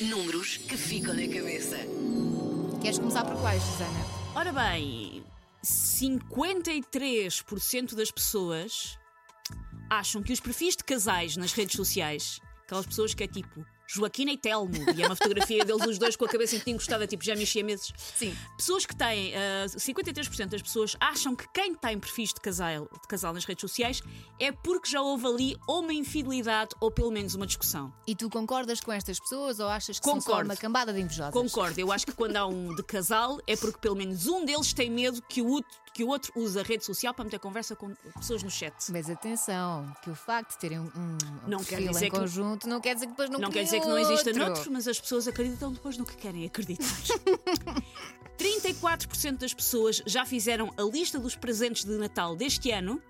Números que ficam na cabeça. Queres começar por quais, Susana? Ora bem, 53% das pessoas acham que os perfis de casais nas redes sociais, aquelas pessoas que é tipo Joaquina e Telmo, e é uma fotografia deles os dois com a cabeça em que tinha encostada, tipo já me enchia meses. Sim. Pessoas que têm. ah, 53% das pessoas acham que quem tem perfis de casal, de casal nas redes sociais é porque já houve ali ou uma infidelidade ou pelo menos uma discussão. E tu concordas com estas pessoas ou achas que são só Concordo. uma cambada de invejosas? Concordo, eu acho que quando há um de casal é porque pelo menos um deles tem medo que o outro, que o outro use a rede social para meter conversa com pessoas no chat. Mas atenção, que o facto de terem um, um Não quer perfil dizer em que- conjunto não quer dizer que depois não Não criem quer dizer que não exista outro. noutros, mas as pessoas acreditam depois no que querem acreditar. 34% das pessoas já fizeram a lista dos presentes de Natal deste ano.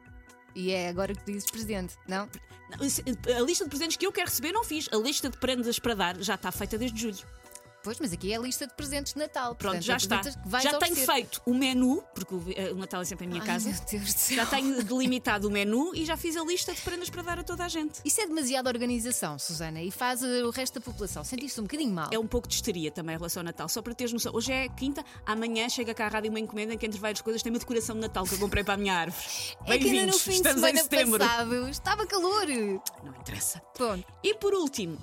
E é agora que dizes presente, não? Não, isso- A lista de presentes que eu quero receber não fiz. A lista de prendas para dar já está feita desde julho. Pois, mas aqui é a lista de presentes de Natal. Pronto, portanto, já está. acreditas Que vais Já tenho oferecer. feito o menu, porque o eh, o Natal é sempre a minha Ai, casa. Meu Deus do céu. Já tenho delimitado o menu e já fiz a lista de prendas para dar a toda a gente. Isso é demasiada organização, Susana, e faz uh, o resto da população sentir-se um bocadinho mal. É um pouco de histeria também em relação ao Natal, só para teres noção. Hoje é quinta, amanhã chega cá à rádio uma encomenda em que, entre várias coisas, tem uma decoração de Natal que eu comprei para a minha árvore. É que ainda no Bem-vindos, fim de estamos em semana setembro. passado estava calor. Não interessa. Pronto. E por último,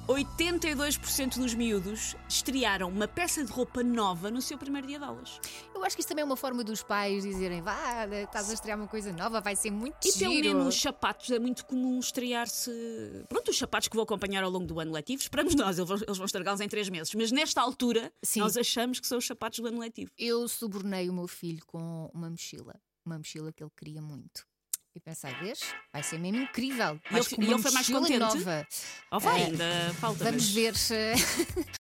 82% dos miúdos estrearam uma peça de roupa nova no seu primeiro dia de aulas. Eu acho que isso também é uma forma dos pais dizerem: vá, né, estás a estrear uma coisa nova, vai ser muito E giro. pelo menos os sapatos é muito comum estrear-se. Pronto, os sapatos que vou acompanhar ao longo do ano letivo, esperamos nós, eles vão- eles vão estragá-los em três meses. Mas nesta altura, Sim. nós achamos que são os sapatos do ano letivo. Eu subornei o meu filho com uma mochila, uma mochila que ele queria muito. E pensei, vês? Vai ser mesmo incrível. E ele Vais fi- com e uma ele foi mais mochila contente? nova. Oh, vai, É. ainda falta. Vamos mas- ver se.